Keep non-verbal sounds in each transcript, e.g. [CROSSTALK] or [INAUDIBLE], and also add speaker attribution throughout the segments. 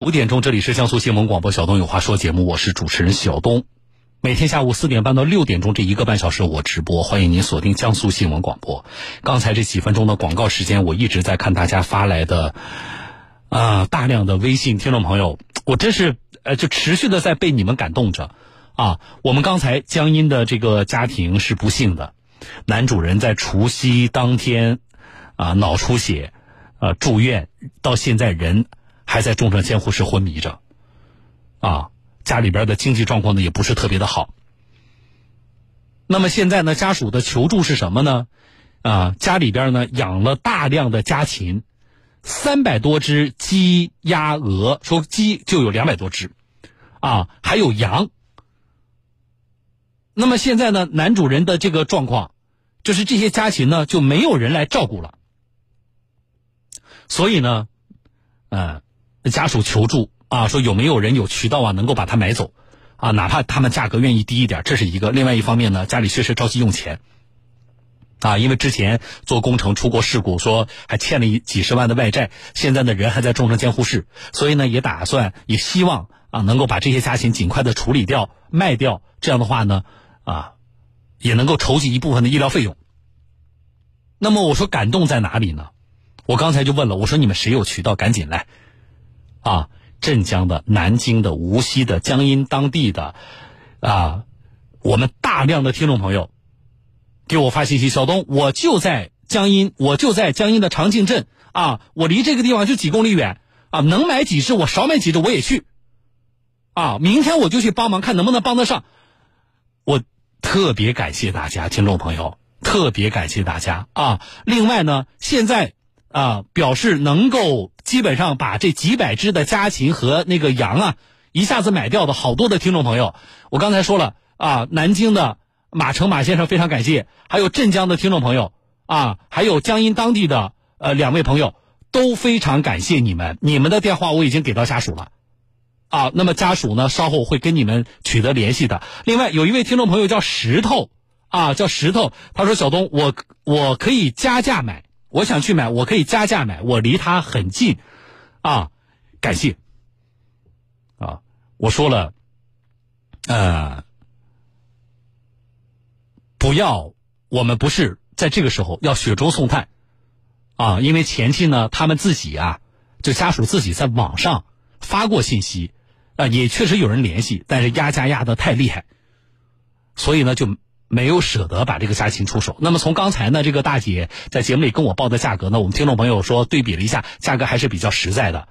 Speaker 1: 五点钟，这里是江苏新闻广播《小东有话说》节目，我是主持人小东。每天下午四点半到六点钟这一个半小时我直播，欢迎您锁定江苏新闻广播。刚才这几分钟的广告时间，我一直在看大家发来的啊大量的微信听众朋友，我真是呃就持续的在被你们感动着啊。我们刚才江阴的这个家庭是不幸的，男主人在除夕当天啊脑出血啊住院，到现在人。还在重症监护室昏迷着，啊，家里边的经济状况呢也不是特别的好。那么现在呢，家属的求助是什么呢？啊，家里边呢养了大量的家禽，三百多只鸡、鸭、鹅，说鸡就有两百多只，啊，还有羊。那么现在呢，男主人的这个状况，就是这些家禽呢就没有人来照顾了，所以呢，呃。家属求助啊，说有没有人有渠道啊，能够把它买走，啊，哪怕他们价格愿意低一点，这是一个。另外一方面呢，家里确实着急用钱，啊，因为之前做工程出过事故，说还欠了一几十万的外债，现在的人还在重症监护室，所以呢，也打算也希望啊，能够把这些家禽尽快的处理掉、卖掉，这样的话呢，啊，也能够筹集一部分的医疗费用。那么我说感动在哪里呢？我刚才就问了，我说你们谁有渠道，赶紧来。啊，镇江的、南京的、无锡的、江阴当地的，啊，我们大量的听众朋友给我发信息，小东，我就在江阴，我就在江阴的长靖镇啊，我离这个地方就几公里远啊，能买几只我少买几只我也去，啊，明天我就去帮忙，看能不能帮得上。我特别感谢大家，听众朋友，特别感谢大家啊！另外呢，现在。啊，表示能够基本上把这几百只的家禽和那个羊啊，一下子买掉的好多的听众朋友，我刚才说了啊，南京的马成马先生非常感谢，还有镇江的听众朋友啊，还有江阴当地的呃两位朋友都非常感谢你们，你们的电话我已经给到家属了，啊，那么家属呢稍后会跟你们取得联系的。另外有一位听众朋友叫石头啊，叫石头，他说小东我我可以加价买。我想去买，我可以加价买，我离他很近，啊，感谢，啊，我说了，呃，不要，我们不是在这个时候要雪中送炭，啊，因为前期呢，他们自己啊，就家属自己在网上发过信息，啊，也确实有人联系，但是压价压的太厉害，所以呢就。没有舍得把这个家禽出手。那么从刚才呢，这个大姐在节目里跟我报的价格呢，我们听众朋友说对比了一下，价格还是比较实在的，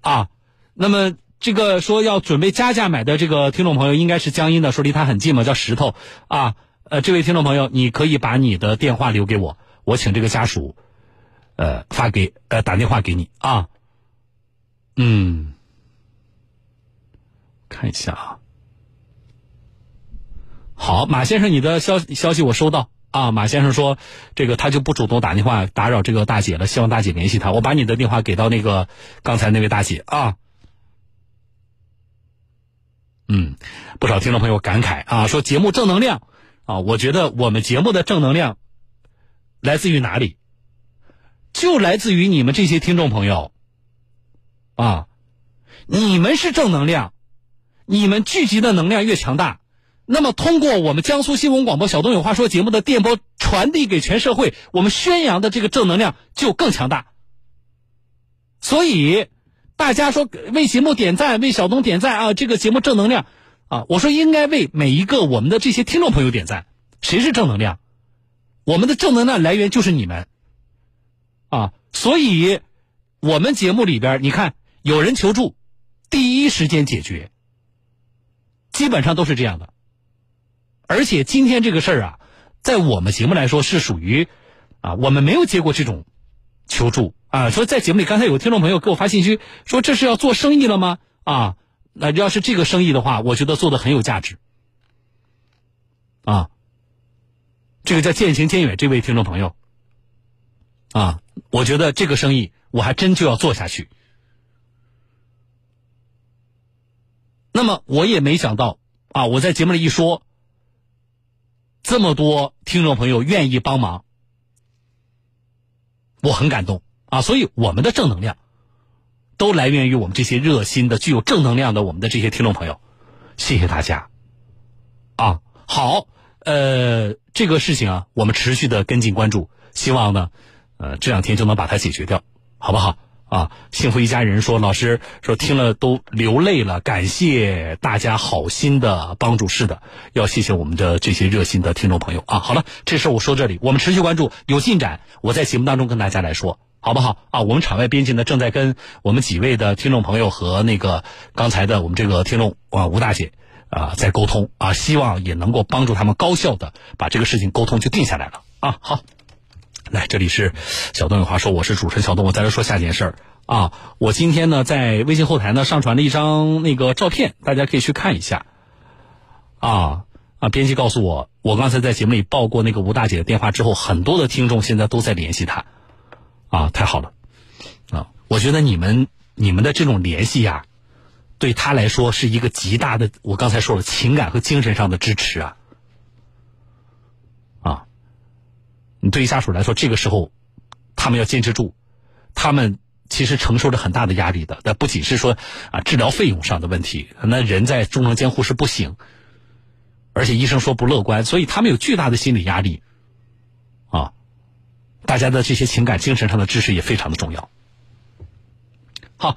Speaker 1: 啊。那么这个说要准备加价买的这个听众朋友，应该是江阴的，说离他很近嘛，叫石头啊。呃，这位听众朋友，你可以把你的电话留给我，我请这个家属，呃，发给呃打电话给你啊。嗯，看一下啊。好，马先生，你的消消息我收到啊。马先生说，这个他就不主动打电话打扰这个大姐了，希望大姐联系他。我把你的电话给到那个刚才那位大姐啊。嗯，不少听众朋友感慨啊，说节目正能量啊，我觉得我们节目的正能量来自于哪里？就来自于你们这些听众朋友啊，你们是正能量，你们聚集的能量越强大。那么，通过我们江苏新闻广播《小东有话说》节目的电波传递给全社会，我们宣扬的这个正能量就更强大。所以，大家说为节目点赞，为小东点赞啊，这个节目正能量啊，我说应该为每一个我们的这些听众朋友点赞。谁是正能量？我们的正能量来源就是你们啊！所以，我们节目里边，你看有人求助，第一时间解决，基本上都是这样的。而且今天这个事儿啊，在我们节目来说是属于，啊，我们没有接过这种求助啊。说在节目里，刚才有听众朋友给我发信息说这是要做生意了吗？啊，那要是这个生意的话，我觉得做的很有价值。啊，这个叫渐行渐远，这位听众朋友，啊，我觉得这个生意我还真就要做下去。那么我也没想到啊，我在节目里一说。这么多听众朋友愿意帮忙，我很感动啊！所以我们的正能量都来源于我们这些热心的、具有正能量的我们的这些听众朋友，谢谢大家。啊，好，呃，这个事情啊，我们持续的跟进关注，希望呢，呃，这两天就能把它解决掉，好不好？啊，幸福一家人说，老师说听了都流泪了，感谢大家好心的帮助。是的，要谢谢我们的这些热心的听众朋友啊。好了，这事儿我说这里，我们持续关注，有进展我在节目当中跟大家来说，好不好？啊，我们场外编辑呢正在跟我们几位的听众朋友和那个刚才的我们这个听众啊吴大姐啊在沟通啊，希望也能够帮助他们高效的把这个事情沟通就定下来了啊。好。来，这里是小东有话说，我是主持人小东，我在这说下件事儿啊。我今天呢，在微信后台呢上传了一张那个照片，大家可以去看一下。啊啊，编辑告诉我，我刚才在节目里报过那个吴大姐的电话之后，很多的听众现在都在联系她。啊，太好了啊！我觉得你们你们的这种联系呀、对她来说是一个极大的，我刚才说了，情感和精神上的支持啊。啊，你对于家属来说，这个时候他们要坚持住，他们其实承受着很大的压力的。那不仅是说啊治疗费用上的问题，那人在重症监护室不行，而且医生说不乐观，所以他们有巨大的心理压力啊。大家的这些情感、精神上的支持也非常的重要。好，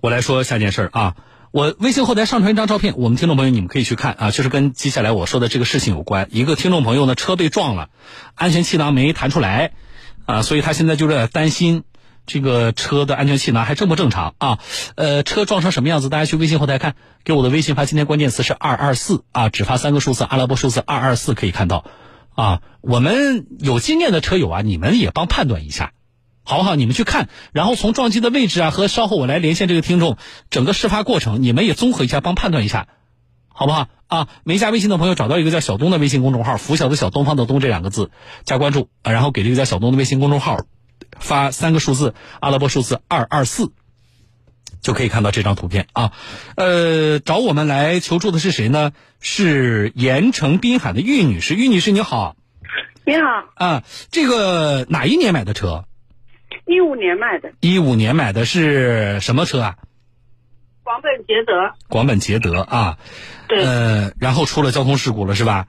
Speaker 1: 我来说下件事儿啊。我微信后台上传一张照片，我们听众朋友你们可以去看啊，就是跟接下来我说的这个事情有关。一个听众朋友呢，车被撞了，安全气囊没弹出来，啊，所以他现在就有点担心这个车的安全气囊还正不正常啊？呃，车撞成什么样子？大家去微信后台看，给我的微信发今天关键词是二二四啊，只发三个数字，阿拉伯数字二二四可以看到啊。我们有经验的车友啊，你们也帮判断一下，好不好？你们去看，然后从撞击的位置啊和稍后我来连线这个听众整个事发过程，你们也综合一下，帮判断一下，好不好？啊，没加微信的朋友找到一个叫小东的微信公众号，拂晓的小东方的东这两个字加关注，啊然后给这个叫小东的微信公众号发三个数字，阿拉伯数字二二四。就可以看到这张图片啊，呃，找我们来求助的是谁呢？是盐城滨海的玉女士，玉女士你好
Speaker 2: 你好，
Speaker 1: 啊，这个哪一年买的车？
Speaker 2: 一五年买的
Speaker 1: 一五年买的是什么车啊？
Speaker 2: 广本捷德，
Speaker 1: 广本捷德啊，
Speaker 2: 对、
Speaker 1: 呃，然后出了交通事故了是吧？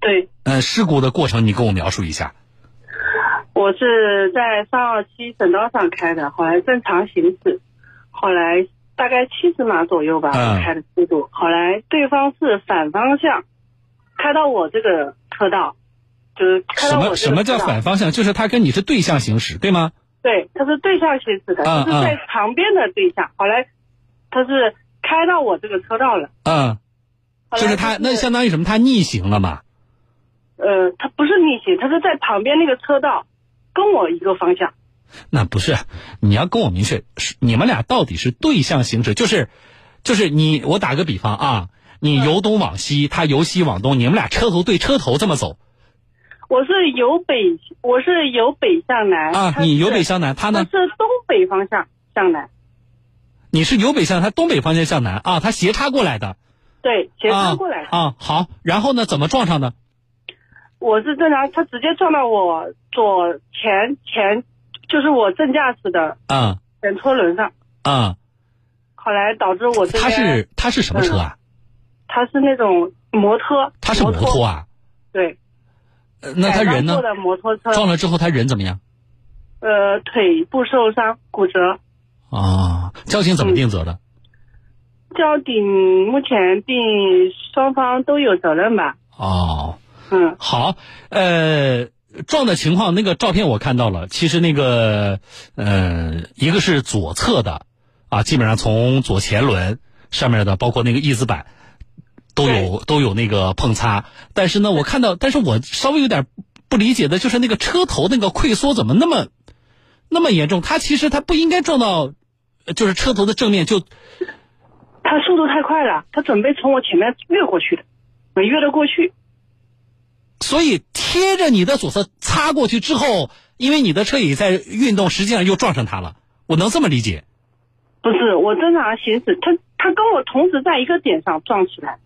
Speaker 2: 对，
Speaker 1: 呃，事故的过程你跟我描述一下。
Speaker 2: 我是在三二七省道上开的，后来正常行驶，后来大概七十码左右吧，
Speaker 1: 嗯
Speaker 2: 我开的速度，后来对方是反方向，开到我这个车道，就是开
Speaker 1: 什
Speaker 2: 到我
Speaker 1: 么
Speaker 2: 这
Speaker 1: 什
Speaker 2: 个
Speaker 1: 么
Speaker 2: 车
Speaker 1: 叫
Speaker 2: 道？
Speaker 1: 反方向？就是他跟你是对向行驶，对吗？
Speaker 2: 对，他是对向行驶的，
Speaker 1: 嗯
Speaker 2: 就是在旁边的对向，后来他是开到我这个车道了，
Speaker 1: 嗯，
Speaker 2: 后来
Speaker 1: 就是他那相当于什么？他逆行了嘛？
Speaker 2: 呃，他不是逆行，他是在旁边那个车道，跟我一个方向。
Speaker 1: 那不是，你要跟我明确，是你们俩到底是对向行驶，就是，就是你，我打个比方啊，你由东往西，他由西往东，你们俩车头对车头这么走
Speaker 2: 我是由北，我是由北向南
Speaker 1: 啊，
Speaker 2: 哎他
Speaker 1: 你由
Speaker 2: 是
Speaker 1: 北向南，他
Speaker 2: 他
Speaker 1: 呢，
Speaker 2: 是东北方向向南，
Speaker 1: 你是由北向，他东北方向向南啊，他斜插过来的，
Speaker 2: 对，斜
Speaker 1: 啊
Speaker 2: 穿过来的。
Speaker 1: 啊，好，然后呢，怎么撞上的？
Speaker 2: 我是正常，他直接撞到我左前前，就是我正驾驶的
Speaker 1: 啊
Speaker 2: 前车轮上，
Speaker 1: 啊，
Speaker 2: 后来导致我这边
Speaker 1: 他是他是什么车啊？
Speaker 2: 他是那种摩托，哎
Speaker 1: 他是摩托啊？
Speaker 2: 对，
Speaker 1: 呃那他人
Speaker 2: 改
Speaker 1: 呢
Speaker 2: 装过？的摩托车，
Speaker 1: 撞了之后他人怎么样？
Speaker 2: 呃，腿部受伤骨折，
Speaker 1: 啊，交警怎
Speaker 2: 嗯
Speaker 1: 么定责的？
Speaker 2: 交警目前定双方都有责任吧，
Speaker 1: 哦。
Speaker 2: 嗯，
Speaker 1: 好，呃，撞的情况那个照片我看到了，其实那个呃，一个是左侧的啊，基本上从左前轮上面的，包括那个翼子板。都有都有那个碰擦，但是呢，我看到，但是我稍微有点不理解的就是那个车头那个溃缩怎么那么那么严重？它其实它不应该撞到，呃就是车头的正面就
Speaker 2: 他速度太快了，他准备从我前面越过去的，没越得过去。
Speaker 1: 所以贴着你的左侧擦过去之后，因为你的车也在运动，实际上又撞上它了。我能这么理解？
Speaker 2: 不是，我正常行驶，他他跟我同时在一个点上撞起来，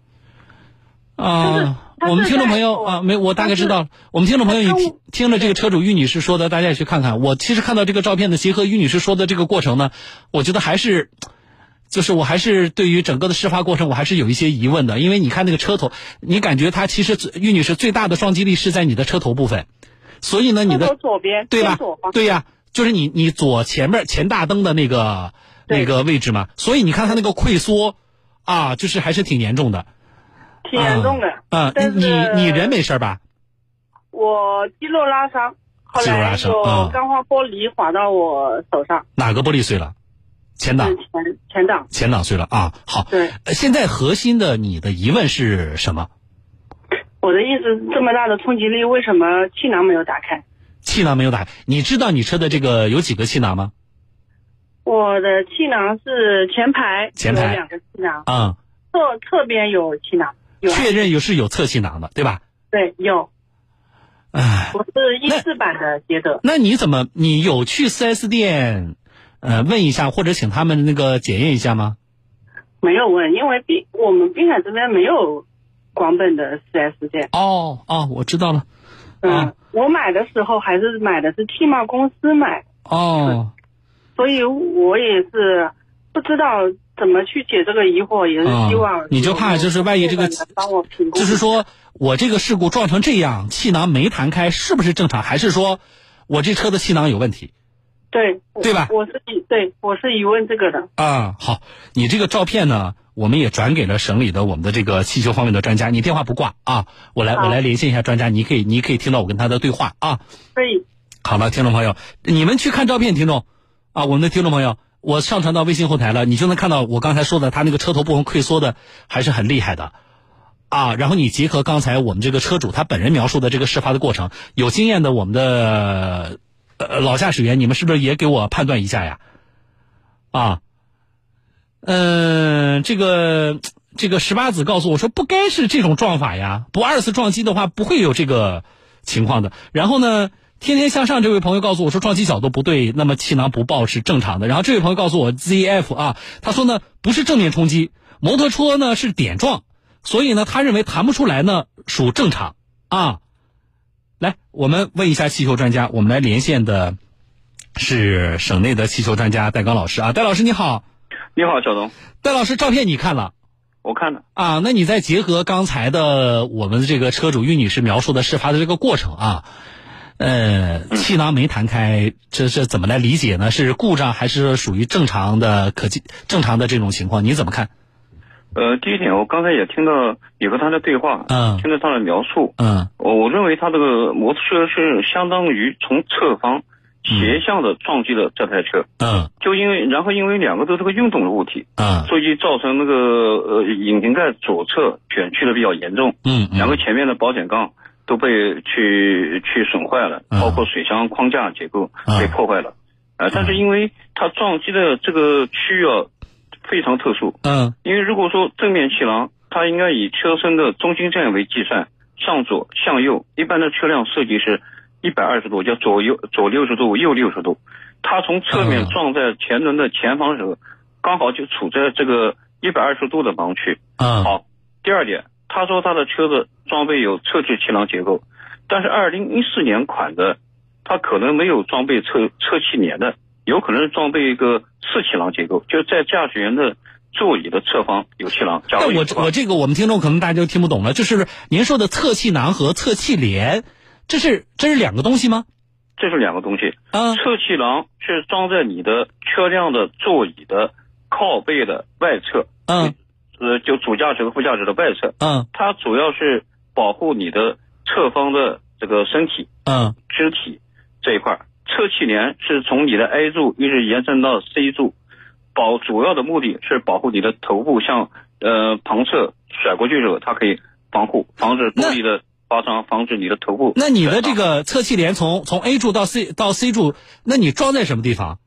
Speaker 1: 啊，
Speaker 2: 就是他是
Speaker 1: 我们听众朋友
Speaker 2: 在
Speaker 1: 啊，没，我大概
Speaker 2: 他是
Speaker 1: 知道了。我们听众朋友也
Speaker 2: 他
Speaker 1: 听听了这个车主玉女士说的，大家也去看看。我其实看到这个照片呢，结合玉女士说的这个过程呢，我觉得还是，就是我还是对于整个的事发过程，我还是有一些疑问的。因为你看那个车头，你感觉它其实最玉女士最大的撞击力是在你的车头部分，所以呢，你
Speaker 2: 车
Speaker 1: 的
Speaker 2: 头左边，
Speaker 1: 对吧
Speaker 2: 偏左方？
Speaker 1: 对呀、就是你你左前面前大灯的那个
Speaker 2: 对
Speaker 1: 那个位置嘛，所以你看它那个溃缩啊，就是还是挺严重的。
Speaker 2: 挺严重的。
Speaker 1: 啊、
Speaker 2: 但
Speaker 1: 你
Speaker 2: 是
Speaker 1: 你人没事儿吧？
Speaker 2: 我肌肉拉伤，后
Speaker 1: 肌肉
Speaker 2: 来
Speaker 1: 拉伤
Speaker 2: 有
Speaker 1: 啊
Speaker 2: 钢化玻璃划到我手上，
Speaker 1: 哪个玻璃碎了？前挡
Speaker 2: 是，前前挡。
Speaker 1: 前挡碎了啊。好，
Speaker 2: 对，
Speaker 1: 呃现在核心的你的疑问是什么？
Speaker 2: 我的意思是这么大的冲击力，为什么气囊没有打开？
Speaker 1: 气囊没有打开，你知道你车的这个有几个气囊吗？
Speaker 2: 我的气囊是前排
Speaker 1: 前排
Speaker 2: 有两个气囊，
Speaker 1: 啊、
Speaker 2: 侧侧边有气囊，有啊
Speaker 1: 确认有是有侧气囊的，对吧？
Speaker 2: 对有，
Speaker 1: 唉，
Speaker 2: 我是一
Speaker 1: 那
Speaker 2: 四版的捷德，
Speaker 1: 那你怎么你有去 4S 店呃问一下，或者请他们那个检验一下吗？
Speaker 2: 没有问，因为滨我们滨海这边没有广本的 4S 店，
Speaker 1: 哦哦，我知道了。
Speaker 2: 嗯
Speaker 1: 啊，
Speaker 2: 我买的时候还是买的是汽贸公司买的。
Speaker 1: 哦，
Speaker 2: 所以我也是不知道怎么去解这个疑惑，也是希望、
Speaker 1: 嗯你就怕就是万一这个
Speaker 2: 帮我评估，
Speaker 1: 就是说我这个事故撞成这样，气囊没弹开，是不是正常？还是说我这车的气囊有问题？
Speaker 2: 对
Speaker 1: 对吧
Speaker 2: 我是疑对我是疑问这个的，
Speaker 1: 啊，好，你这个照片呢，我们也转给了省里的我们的这个汽修方面的专家。你电话不挂啊，我来我
Speaker 2: 好
Speaker 1: 来连线一下专家，你可以你可以听到我跟他的对话啊。
Speaker 2: 所以
Speaker 1: 好了，听众朋友，你们去看照片，听众啊，我们的听众朋友，我上传到微信后台了，你就能看到我刚才说的，他那个车头部分溃缩的还是很厉害的啊。然后你结合刚才我们这个车主他本人描述的这个事发的过程，有经验的我们的呃老驾驶员，你们是不是也给我判断一下呀？啊，嗯、这个这个十八子告诉我说，不该是这种撞法呀，不二次撞击的话，不会有这个情况的。然后呢，天天向上这位朋友告诉我说，撞击角度不对，那么气囊不爆是正常的。然后这位朋友告诉我 ZF 啊，他说呢，不是正面冲击，摩托车呢是点撞，所以呢，他认为弹不出来呢属正常啊。来，我们问一下气球专家，我们来连线的是省内的气球专家戴刚老师啊，戴老师你好。
Speaker 3: 你好，小东，
Speaker 1: 戴老师，照片你看了
Speaker 3: 我看了，
Speaker 1: 啊？那你再结合刚才的我们这个车主玉女士描述的事发的这个过程啊，呃，
Speaker 3: 嗯
Speaker 1: 气囊没弹开，这是怎么来理解呢？是故障还是属于正常的可及正常的这种情况？你怎么看？
Speaker 3: 呃，第一点，我刚才也听到也和他的对话，
Speaker 1: 嗯
Speaker 3: 听到他的描述，
Speaker 1: 嗯
Speaker 3: 我我认为他这个摩托车是相当于从侧方斜向的撞击了这台车，
Speaker 1: 嗯
Speaker 3: 就因为然后因为两个都是个运动的物体，
Speaker 1: 嗯
Speaker 3: 所以造成那个呃引擎盖左侧卷曲的比较严重，
Speaker 1: 嗯
Speaker 3: 然后
Speaker 1: 嗯
Speaker 3: 前面的保险杠都被去去损坏了，
Speaker 1: 嗯
Speaker 3: 包括水箱框架结构
Speaker 1: 嗯
Speaker 3: 被破坏了，啊、但是因为它撞击的这个区域啊非常特殊，
Speaker 1: 嗯
Speaker 3: 因为如果说正面气囊，它应该以车身的中心站为计算，向左向右。一般的车辆设计是一百二十度，叫左右左六十度，右六十度。它从侧面
Speaker 1: 嗯
Speaker 3: 撞在前轮的前方时候，刚好就处在这个一百二十度的盲区。
Speaker 1: 嗯
Speaker 3: 好，第二点，他说他的车子装备有侧气气囊结构，但是二零一四年款的，它可能没有装备侧侧气帘的，有可能是装备一个次气囊结构，就是在驾驶员的座椅的侧方有气囊。假
Speaker 1: 但
Speaker 3: 如有
Speaker 1: 我
Speaker 3: 的话
Speaker 1: 我这个我们听众可能大家就听不懂了，就是您说的侧气囊和侧气帘，这是这是两个东西吗？
Speaker 3: 这是两个东西，
Speaker 1: 啊
Speaker 3: 侧气囊是装在你的车辆的座椅的靠背的外侧，
Speaker 1: 嗯
Speaker 3: 呃，就主驾驶和副驾驶的外侧，
Speaker 1: 嗯
Speaker 3: 它主要是保护你的侧方的这个身体。
Speaker 1: 嗯
Speaker 3: 肢体这一块儿。侧气帘是从你的 A 柱一直延伸到 C 柱，保主要的目的是保护你的头部向呃旁侧甩过去的时候，它可以防护，防止玻璃的刮伤，防止你的头部。
Speaker 1: 那你的这个侧气帘从从 A 柱到 C 到 C 柱，那你装在什么地方？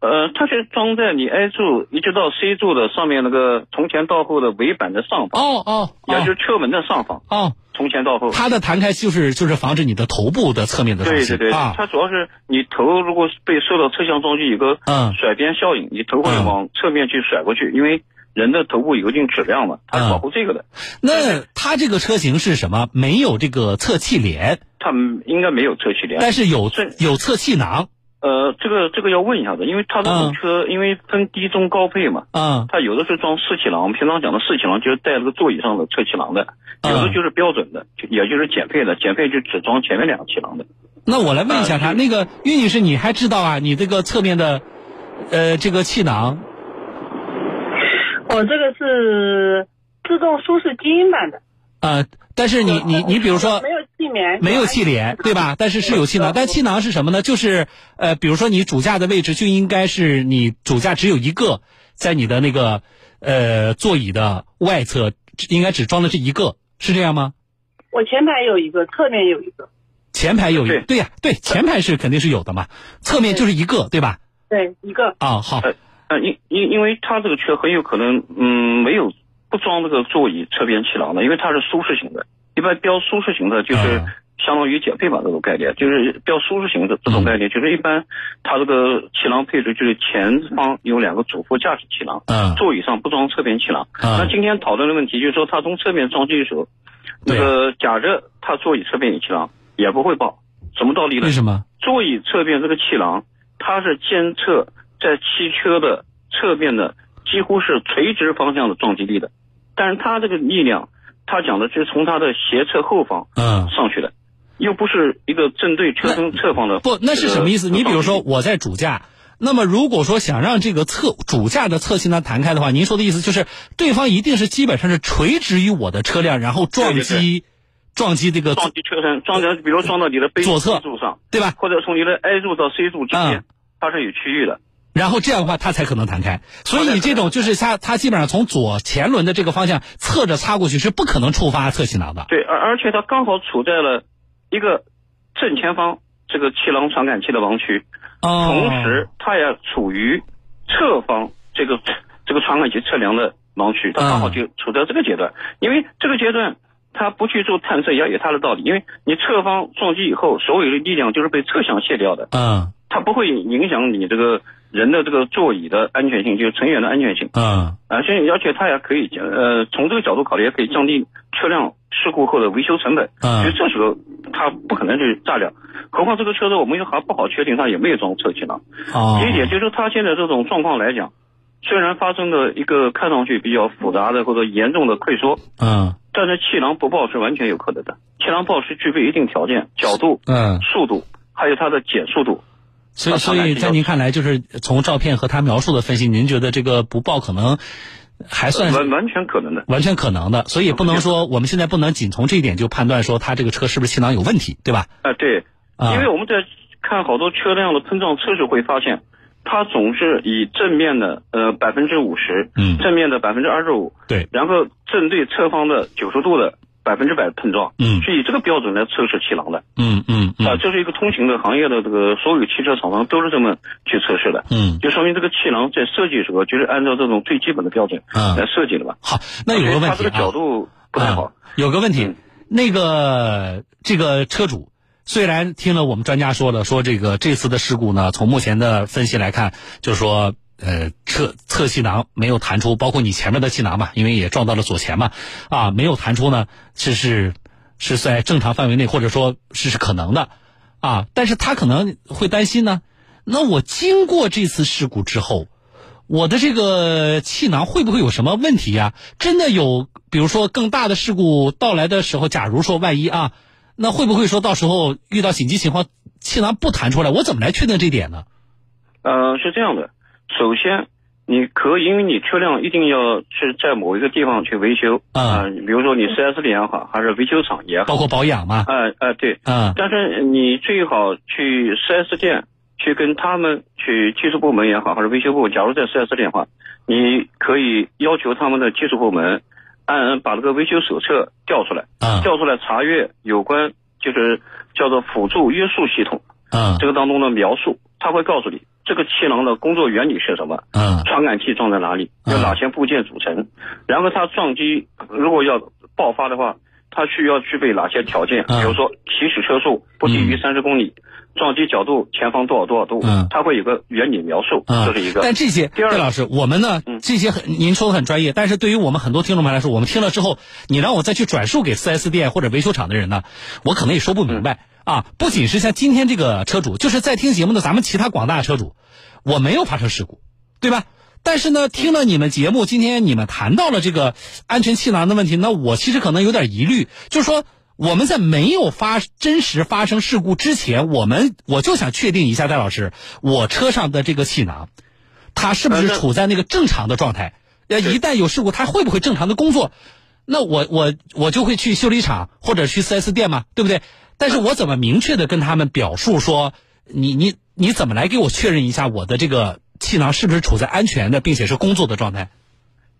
Speaker 3: 呃，它是装在你 A 柱一直到 C 柱的上面那个从前到后的尾板的上方，
Speaker 1: 哦哦
Speaker 3: 也就
Speaker 1: 哦
Speaker 3: 是车门的上方，
Speaker 1: 哦，
Speaker 3: 从前到后。
Speaker 1: 它的弹开就是就是防止你的头部的侧面的撞
Speaker 3: 对
Speaker 1: 击
Speaker 3: 对对，
Speaker 1: 啊。
Speaker 3: 它主要是你头如果被受到侧向撞击，有个
Speaker 1: 嗯
Speaker 3: 甩边效应，你头会
Speaker 1: 嗯
Speaker 3: 往侧面去甩过去，因为人的头部有一定质量嘛，
Speaker 1: 嗯
Speaker 3: 它是保护这个的。
Speaker 1: 那它这个车型是什么？没有这个侧气帘，
Speaker 3: 它应该没有侧气帘。
Speaker 1: 但是有
Speaker 3: 是
Speaker 1: 有侧气囊
Speaker 3: 呃，这个这个要问一下子，因为它这
Speaker 1: 嗯
Speaker 3: 种车，因为分低中高配嘛，
Speaker 1: 啊
Speaker 3: 它有的是装四气囊，我们平常讲的四气囊就是带了个座椅上的侧气囊的，有
Speaker 1: 嗯
Speaker 3: 的就是标准的，就也就是减配的，减配就只装前面两个气囊的。
Speaker 1: 那我来问一下他，
Speaker 3: 嗯
Speaker 1: 那个岳女士，你还知道啊？你这个侧面的，呃，这个气囊
Speaker 2: 我这个是自动舒适精英版的。
Speaker 1: 呃，但是你你你比如说
Speaker 2: 没有气棉，
Speaker 1: 没有气帘，对
Speaker 3: [LAUGHS]
Speaker 1: 吧？但是是有气囊，
Speaker 2: 对
Speaker 1: 但气囊是什么呢？就是呃，比如说你主驾的位置就应该是你主驾只有一个，在你的那个呃座椅的外侧，应该只装的是一个，是这样吗？
Speaker 2: 我前排有一个，侧面有一个。
Speaker 1: 前排有一个，
Speaker 3: 对
Speaker 1: 对呀、对，前排是肯定是有的嘛，侧面就是一个，对吧？
Speaker 2: 对，一个
Speaker 1: 啊，好，
Speaker 3: 呃，因因因为它这个车很有可能，嗯，没有不装这个座椅侧边气囊的，因为它是舒适型的。一般标舒适型的，就是
Speaker 1: 嗯
Speaker 3: 相当于减配版这种概念，就是标舒适型的这种概念，就是一般它这个气囊配置就是前方有两个主副驾驶气囊，
Speaker 1: 嗯
Speaker 3: 座椅上不装侧边气囊。呃那
Speaker 1: 嗯
Speaker 3: 今天讨论的问题就是说，它从侧面装进去的时候，那
Speaker 1: 对啊
Speaker 3: 个假设它座椅侧边有气囊也不会爆，什么道理呢
Speaker 1: 为？什么？
Speaker 3: 座椅侧边这个气囊，它是监测在汽车的侧面的几乎是垂直方向的撞击力的，但是它这个力量，它讲的是从它的斜侧后方
Speaker 1: 嗯，
Speaker 3: 上去的，又不是一个针对车身侧方的。呃
Speaker 1: 不，那是什么意思？
Speaker 3: 这个
Speaker 1: 你比如说，我在主驾，那么如果说想让这个侧主驾的侧气囊弹开的话，您说的意思就是对方一定是基本上是垂直于我的车辆，然后撞
Speaker 3: 对对
Speaker 1: 击撞击这个
Speaker 3: 撞击车身，撞到比如撞到你的杯
Speaker 1: 左侧
Speaker 3: 柱上，
Speaker 1: 对吧？
Speaker 3: 或者从你的 A 柱到 C 柱之间，
Speaker 1: 嗯
Speaker 3: 它是有区域的。
Speaker 1: 然后这样的话，它才可能弹开。所以
Speaker 3: 好
Speaker 1: 你
Speaker 3: 的
Speaker 1: 这种就是它，它基本上从左前轮的这个方向侧着擦过去是不可能触发侧气囊的。
Speaker 3: 对，而而且它刚好处在了一个正前方这个气囊传感器的盲区，
Speaker 1: 哦，
Speaker 3: 同时，它也处于侧方这个这个传感器测量的盲区，它刚好就处在这个阶段。因为这个阶段，它不去做探测也有它的道理。因为你侧方撞击以后，所有的力量就是被侧向卸掉的，
Speaker 1: 嗯
Speaker 3: 它不会影响你这个人的这个座椅的安全性，就是成员的安全性。
Speaker 1: 嗯
Speaker 3: 而且，而且它也可以呃，从这个角度考虑，也可以降低车辆事故后的维修成本。所以
Speaker 1: 嗯
Speaker 3: 这时候它不可能是炸掉，何况这个车子我们又还不好确定它有没有装侧气囊。
Speaker 1: 哦，
Speaker 3: 理解就是说他现在这种状况来讲，虽然发生了一个看上去比较复杂的或者严重的溃缩，
Speaker 1: 嗯
Speaker 3: 但是气囊不爆是完全有可能的。气囊爆是具备一定条件，角度、
Speaker 1: 嗯，
Speaker 3: 速度，还有它的减速度。
Speaker 1: 所以所以在您看来，就是从照片和他描述的分析，您觉得这个不报可能还算是
Speaker 3: 完完全可能的。
Speaker 1: 完全可能的，所以不能说我们现在不能仅从这一点就判断说他这个车是不是气囊有问题，对吧？
Speaker 3: 啊、对，
Speaker 1: 啊
Speaker 3: 因为我们在看好多车辆的碰撞测试会发现，它总是以正面的呃百分之五十，
Speaker 1: 嗯
Speaker 3: 正面的百分之二十五，
Speaker 1: 对，
Speaker 3: 然后正对侧方的九十度的百分之百碰撞，
Speaker 1: 嗯
Speaker 3: 是以这个标准来测试气囊的。
Speaker 1: 嗯嗯
Speaker 3: 啊，
Speaker 1: 嗯
Speaker 3: 这是一个通行的行业的这个所有汽车厂商都是这么去测试的，
Speaker 1: 嗯
Speaker 3: 就说明这个气囊在设计的时候就是按照这种最基本的标准来
Speaker 1: 嗯，
Speaker 3: 设计的吧。
Speaker 1: 好，那有个问题
Speaker 3: 所呃以它这个角
Speaker 1: 啊，
Speaker 3: 度不太好
Speaker 1: 啊。有个问题
Speaker 3: 嗯，
Speaker 1: 那个这个车主虽然听了我们专家说了，说这个这次的事故呢，从目前的分析来看，就是说呃侧侧气囊没有弹出，包括你前面的气囊嘛，因为也撞到了左前嘛，啊没有弹出呢，是是是在正常范围内，或者说是是可能的啊，但是他可能会担心呢，那我经过这次事故之后，我的这个气囊会不会有什么问题呀、真的有，比如说更大的事故到来的时候，假如说万一啊，那会不会说到时候遇到紧急情况，气囊不弹出来，我怎么来确定这点呢？
Speaker 3: 呃，是这样的，首先你可以因为你车辆一定要是在某一个地方去维修
Speaker 1: 啊
Speaker 3: 呃比如说你 4S 店也好，还是维修厂也好，
Speaker 1: 包括保养嘛，
Speaker 3: 啊啊对，
Speaker 1: 啊
Speaker 3: 但是你最好去 4S 店去跟他们去技术部门也好，还是维修部，假如在 4S 店的话，你可以要求他们的技术部门按把这个维修手册调出来，
Speaker 1: 啊
Speaker 3: 调出来查阅有关就是叫做辅助约束系统
Speaker 1: 啊
Speaker 3: 这个当中的描述，他会告诉你这个气囊的工作原理是什么，
Speaker 1: 啊
Speaker 3: 传感器装在哪里，
Speaker 1: 嗯
Speaker 3: 有哪些部件组成，然后它撞击如果要爆发的话，它需要具备哪些条件？
Speaker 1: 嗯
Speaker 3: 比如说行驶车速不低于三十公里，撞击角度前方多少多少度，
Speaker 1: 嗯
Speaker 3: 它会有个原理描述，
Speaker 1: 啊、
Speaker 3: 这是一个。
Speaker 1: 但这些，
Speaker 3: 第二
Speaker 1: 戴老师，我们呢
Speaker 3: 嗯，
Speaker 1: 这些很您说的很专业，但是对于我们很多听众朋友来说，我们听了之后，你让我再去转述给 4S 店或者维修厂的人呢，我可能也说不明白、
Speaker 3: 嗯
Speaker 1: 啊。不仅是像今天这个车主，就是在听节目的咱们其他广大车主，我没有发生事故，对吧？但是呢，听了你们节目，今天你们谈到了这个安全气囊的问题，那我其实可能有点疑虑，就是说我们在没有发真实发生事故之前，我们我就想确定一下，戴老师，我车上的这个气囊，它是不是
Speaker 3: 呃那
Speaker 1: 处在那个正常的状态？呃，
Speaker 3: 对
Speaker 1: 一旦有事故，它会不会正常的工作？那我我我就会去修理厂或者去 4S 店嘛，对不对？但
Speaker 3: 嗯
Speaker 1: 是我怎么明确的跟他们表述说，你你你怎么来给我确认一下我的这个气囊是不是处在安全的并且是工作的状态？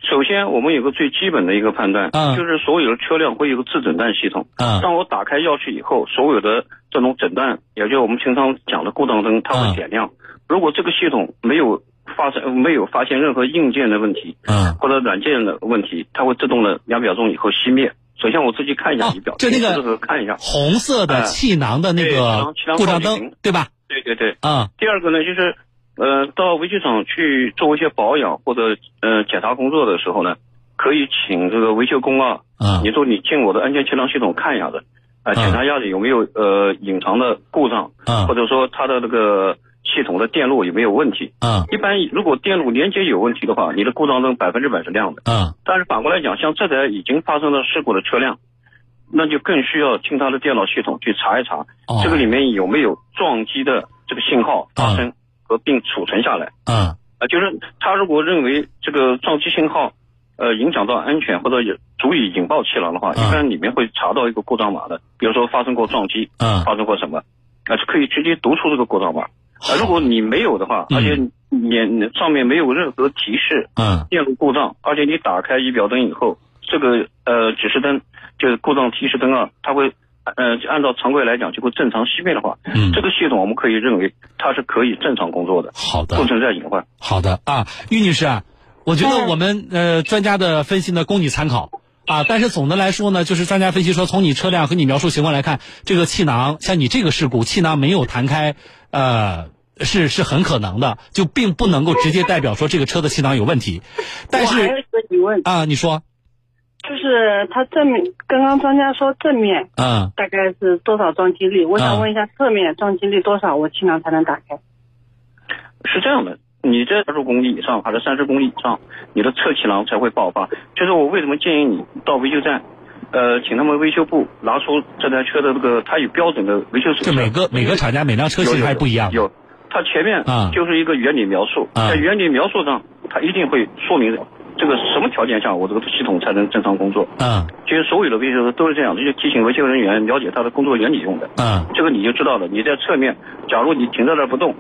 Speaker 3: 首先，我们有个最基本的一个判断，
Speaker 1: 嗯
Speaker 3: 就是所有的车辆会有个自诊断系统。
Speaker 1: 啊、
Speaker 3: 当我打开钥匙以后，所有的这种诊断，也就是我们平常讲的故障灯，它
Speaker 1: 嗯
Speaker 3: 会减量。如果这个系统没有发生，没有发现任何硬件的问题
Speaker 1: 嗯，
Speaker 3: 或者软件的问题，它会自动的两秒钟以后熄灭。首先我自己看一下
Speaker 1: 哦
Speaker 3: 仪表，
Speaker 1: 就那个
Speaker 3: 这看一下。
Speaker 1: 红色的
Speaker 3: 哎
Speaker 1: 气囊的那
Speaker 3: 对
Speaker 1: 个
Speaker 3: 气囊
Speaker 1: 故障
Speaker 3: 报
Speaker 1: 灯
Speaker 3: 警，
Speaker 1: 对吧？
Speaker 3: 对对对。
Speaker 1: 啊、
Speaker 3: 第二个呢，就是呃，到维修厂去做一些保养或者呃检查工作的时候呢，可以请这个维修工啊，
Speaker 1: 啊、
Speaker 3: 你说你进我的安全气囊系统看一下子，啊、
Speaker 1: 嗯
Speaker 3: 检查一下子有没有呃隐藏的故障，
Speaker 1: 啊
Speaker 3: 或者说它的那个系统的电路有没有问题。
Speaker 1: 啊
Speaker 3: 一般如果电路连接有问题的话，你的故障灯百分之百是亮的。
Speaker 1: 啊
Speaker 3: 但是反过来讲，像这台已经发生了事故的车辆，那就更需要进它的电脑系统去查一查，
Speaker 1: 哦
Speaker 3: 这个里面有没有撞击的这个信号
Speaker 1: 嗯
Speaker 3: 发生和并储存下来。
Speaker 1: 啊
Speaker 3: 啊，就是他如果认为这个撞击信号，呃，影响到安全或者也足以引爆气囊的话，
Speaker 1: 嗯
Speaker 3: 一般里面会查到一个故障码的，比如说发生过撞击，
Speaker 1: 啊
Speaker 3: 发生过什么，啊，就可以直接读出这个故障码。啊，如果你没有的话，
Speaker 1: 哦嗯
Speaker 3: 而且免上面没有任何提示
Speaker 1: 啊
Speaker 3: 电路故障，而且你打开仪表灯以后，这个呃指示灯就是故障提示灯啊，它会呃就按照常规来讲就会正常熄灭的话，
Speaker 1: 嗯
Speaker 3: 这，个系统我们可以认为它是可以正常工作的，
Speaker 1: 好的
Speaker 3: 不。存在隐患。
Speaker 1: 好的啊，玉女士啊，我觉得
Speaker 2: 嗯
Speaker 1: 我们呃专家的分析呢供你参考啊，但是总的来说呢，就是专家分析说，从你车辆和你描述情况来看，这个气囊像你这个事故，气囊没有弹开，呃。是是很可能的，就并不能够直接代表说这个车的气囊有问题，但
Speaker 2: 我还有
Speaker 1: 是
Speaker 2: 一个疑问，
Speaker 1: 啊，你说，
Speaker 2: 就是它正面，刚刚专家说正面
Speaker 1: 嗯，
Speaker 2: 大概是多少撞击力？
Speaker 1: 嗯
Speaker 2: 我想问一下侧面撞击力多少，我气囊才能打开？
Speaker 3: 是这样的，你这二十公里以上还是三十公里以上，你的侧气囊才会爆发。就是我为什么建议你到维修站，呃，请他们维修部拿出这台车的这个，它有标准的维修手
Speaker 1: 这
Speaker 3: 册。
Speaker 1: 每个每个厂家每辆车
Speaker 3: 有
Speaker 1: 其实
Speaker 3: 有
Speaker 1: 还不一样的，
Speaker 3: 有，它前面
Speaker 1: 啊
Speaker 3: 就是一个原理描述，
Speaker 1: 啊
Speaker 3: 在原理描述上，它一定会说明这个什么条件下我这个系统才能正常工作。
Speaker 1: 嗯
Speaker 3: 其实所有的维修都是这样的，就提醒维修人员了解他的工作原理用的。
Speaker 1: 嗯
Speaker 3: 这个你就知道了。你在侧面，假如你停在那儿不动，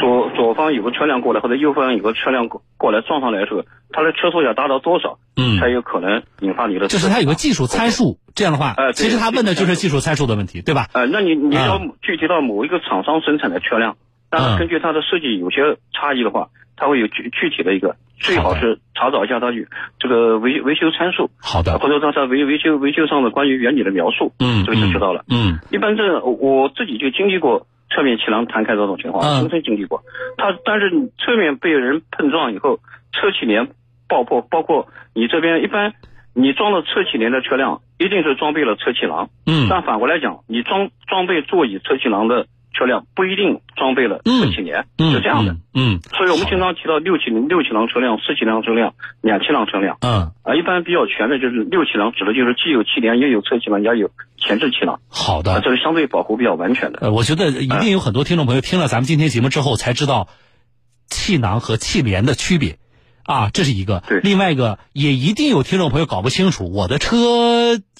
Speaker 3: 左左方有个车辆过来，或者右方有个车辆过过来撞上来的时候，它的车速要达到多少，
Speaker 1: 嗯
Speaker 3: 才，有可能引发你的？
Speaker 1: 就是它有个技术参。数，这样的话
Speaker 3: 哎，对
Speaker 1: 其实他问的就是技术参数的问题，对吧？
Speaker 3: 呃，那你你要
Speaker 1: 啊
Speaker 3: 具体到某一个厂商生产的车辆，那
Speaker 1: 嗯
Speaker 3: 根据它的设计有些差异的话，它会有具具体的一个，最
Speaker 1: 好
Speaker 3: 好
Speaker 1: 的
Speaker 3: 是查找一下它有这个维维修参数，
Speaker 1: 好的，
Speaker 3: 或者它在维维修维修上的关于原理的描述，
Speaker 1: 嗯，
Speaker 3: 这个就知道了。
Speaker 1: 嗯，嗯。
Speaker 3: 一般这我自己就经历过侧面气囊弹开这种情况，
Speaker 1: 嗯
Speaker 3: 亲身经历过。它但是你侧面被人碰撞以后，侧气帘爆破，包括你这边一般你装了侧气帘的车辆，一定是装备了侧气囊。
Speaker 1: 嗯
Speaker 3: 但反过来讲，你装装备座椅侧气囊的车辆不一定装备了侧气帘，
Speaker 1: 嗯，
Speaker 3: 是这样的。
Speaker 1: 嗯。
Speaker 3: 所以我们经常提到六气六气囊车辆、四气囊车辆、两气囊车辆。
Speaker 1: 嗯，嗯，
Speaker 3: 啊，一般比较全的就是六气囊，指的就是既有气帘，也有侧气囊，也有前置气囊。
Speaker 1: 好
Speaker 3: 啊，
Speaker 1: 的。
Speaker 3: 这是相对保护比较完全的。
Speaker 1: 呃，我觉得一定有很多听众朋友听了咱们今天节目之后才知道气囊和气帘的区别啊，这是一个
Speaker 3: 对。
Speaker 1: 另外一个也一定有听众朋友搞不清楚，我的车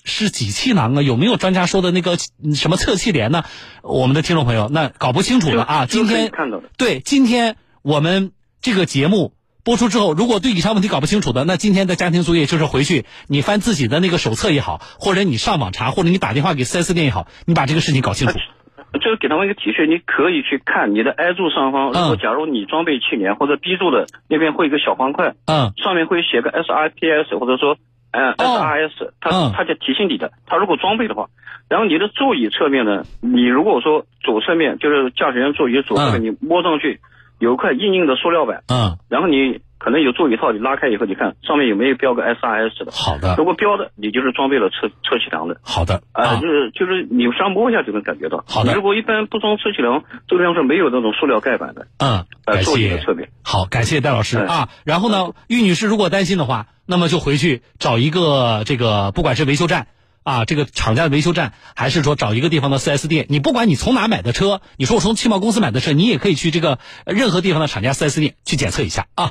Speaker 1: 是几气囊啊？有没有专家说的那个嗯什么侧气帘呢？我们的听众朋友那搞不清楚了啊。
Speaker 3: 就
Speaker 1: 今
Speaker 3: 就可以
Speaker 1: 天
Speaker 3: 看到的，
Speaker 1: 对，今天我们这个节目播出之后，如果对以上问题搞不清楚的，那今天的家庭作业就是回去你翻自己的那个手册也好，或者你上网查，或者你打电话给 4S 店也好，你把这个事情搞清楚。
Speaker 3: 这个给他们一个提示，你可以去看你的 A 柱上方，如果
Speaker 1: 嗯
Speaker 3: 假如你装备气帘或者 B 柱的那边会有一个小方块，
Speaker 1: 嗯
Speaker 3: 上面会写个 SIPS 或者说嗯
Speaker 1: 哦
Speaker 3: ，SRS，它
Speaker 1: 嗯
Speaker 3: 它就提醒你的，它如果装备的话，然后你的座椅侧面呢，你如果说左侧面就是驾驶员座椅左侧面，你摸上去有一块硬硬的塑料板，
Speaker 1: 嗯，
Speaker 3: 然后你可能有座椅套，你拉开以后，你看上面有没有标个 SRS 的，
Speaker 1: 好的
Speaker 3: 如，果标的，你就是装备了侧侧气囊的。
Speaker 1: 好的
Speaker 3: 啊、
Speaker 1: 啊
Speaker 3: 就，是就是你上摸一下就能感觉到。
Speaker 1: 好的
Speaker 3: 你如果一般不装侧气囊，这个地方是没有那种塑料盖板的，
Speaker 1: 嗯，
Speaker 3: 呃，
Speaker 1: 感
Speaker 3: 座椅的
Speaker 1: 谢，
Speaker 3: 侧面。
Speaker 1: 好，感谢戴老师
Speaker 3: 嗯
Speaker 1: 啊。然后呢，玉女士如果担心的话，那么就回去找一个这个，不管是维修站啊，这个厂家的维修站，还是说找一个地方的 4S 店，你不管你从哪买的车，你说我从汽贸公司买的车，你也可以去这个呃任何地方的厂家 4S 店去检测一下啊。